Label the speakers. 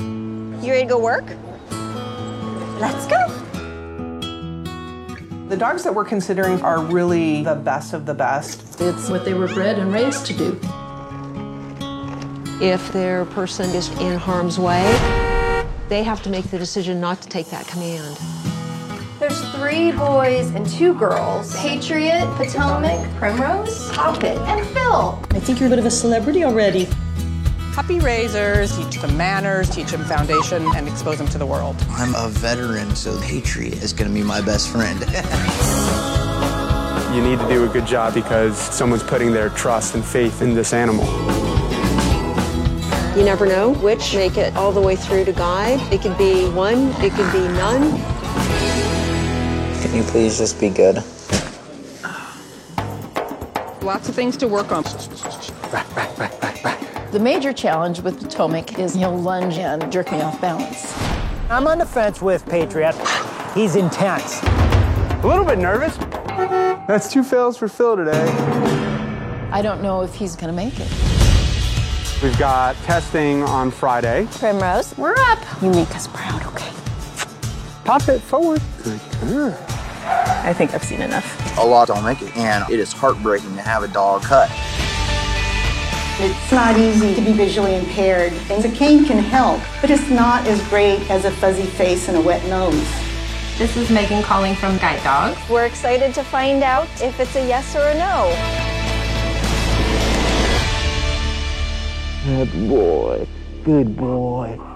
Speaker 1: You ready to go work? Let's go.
Speaker 2: The dogs that we're considering are really the best of the best.
Speaker 3: It's what they were bred and raised to do.
Speaker 4: If their person is in harm's way, they have to make the decision not to take that command.
Speaker 1: There's three boys and two girls Patriot, Potomac, Primrose, Poppet, and Phil.
Speaker 5: I think you're a bit of a celebrity already.
Speaker 2: Puppy raisers teach them manners, teach them foundation, and expose them to the world.
Speaker 6: I'm a veteran, so Patriot is gonna be my best friend.
Speaker 7: You need to do a good job because someone's putting their trust and faith in this animal.
Speaker 4: You never know which. Make it all the way through to guide. It could be one, it could be none.
Speaker 6: Can you please just be good?
Speaker 2: Lots of things to work on.
Speaker 3: The major challenge with Potomac is he'll lunge and jerk me off balance.
Speaker 8: I'm on the fence with Patriot. He's intense.
Speaker 7: A little bit nervous. That's two fails for Phil today.
Speaker 3: I don't know if he's going to make it.
Speaker 7: We've got testing on Friday.
Speaker 1: Primrose, we're up.
Speaker 5: You make us proud, okay?
Speaker 7: Pop it forward. Good girl.
Speaker 5: I think I've seen enough.
Speaker 6: A lot don't make it, and it is heartbreaking to have a dog cut.
Speaker 9: It's not easy to be visually impaired, and the cane can help, but it's not as great as a fuzzy face and a wet nose.
Speaker 10: This is Megan calling from Guide Dog.
Speaker 1: We're excited to find out if it's a yes or a no.
Speaker 6: Good boy. Good boy.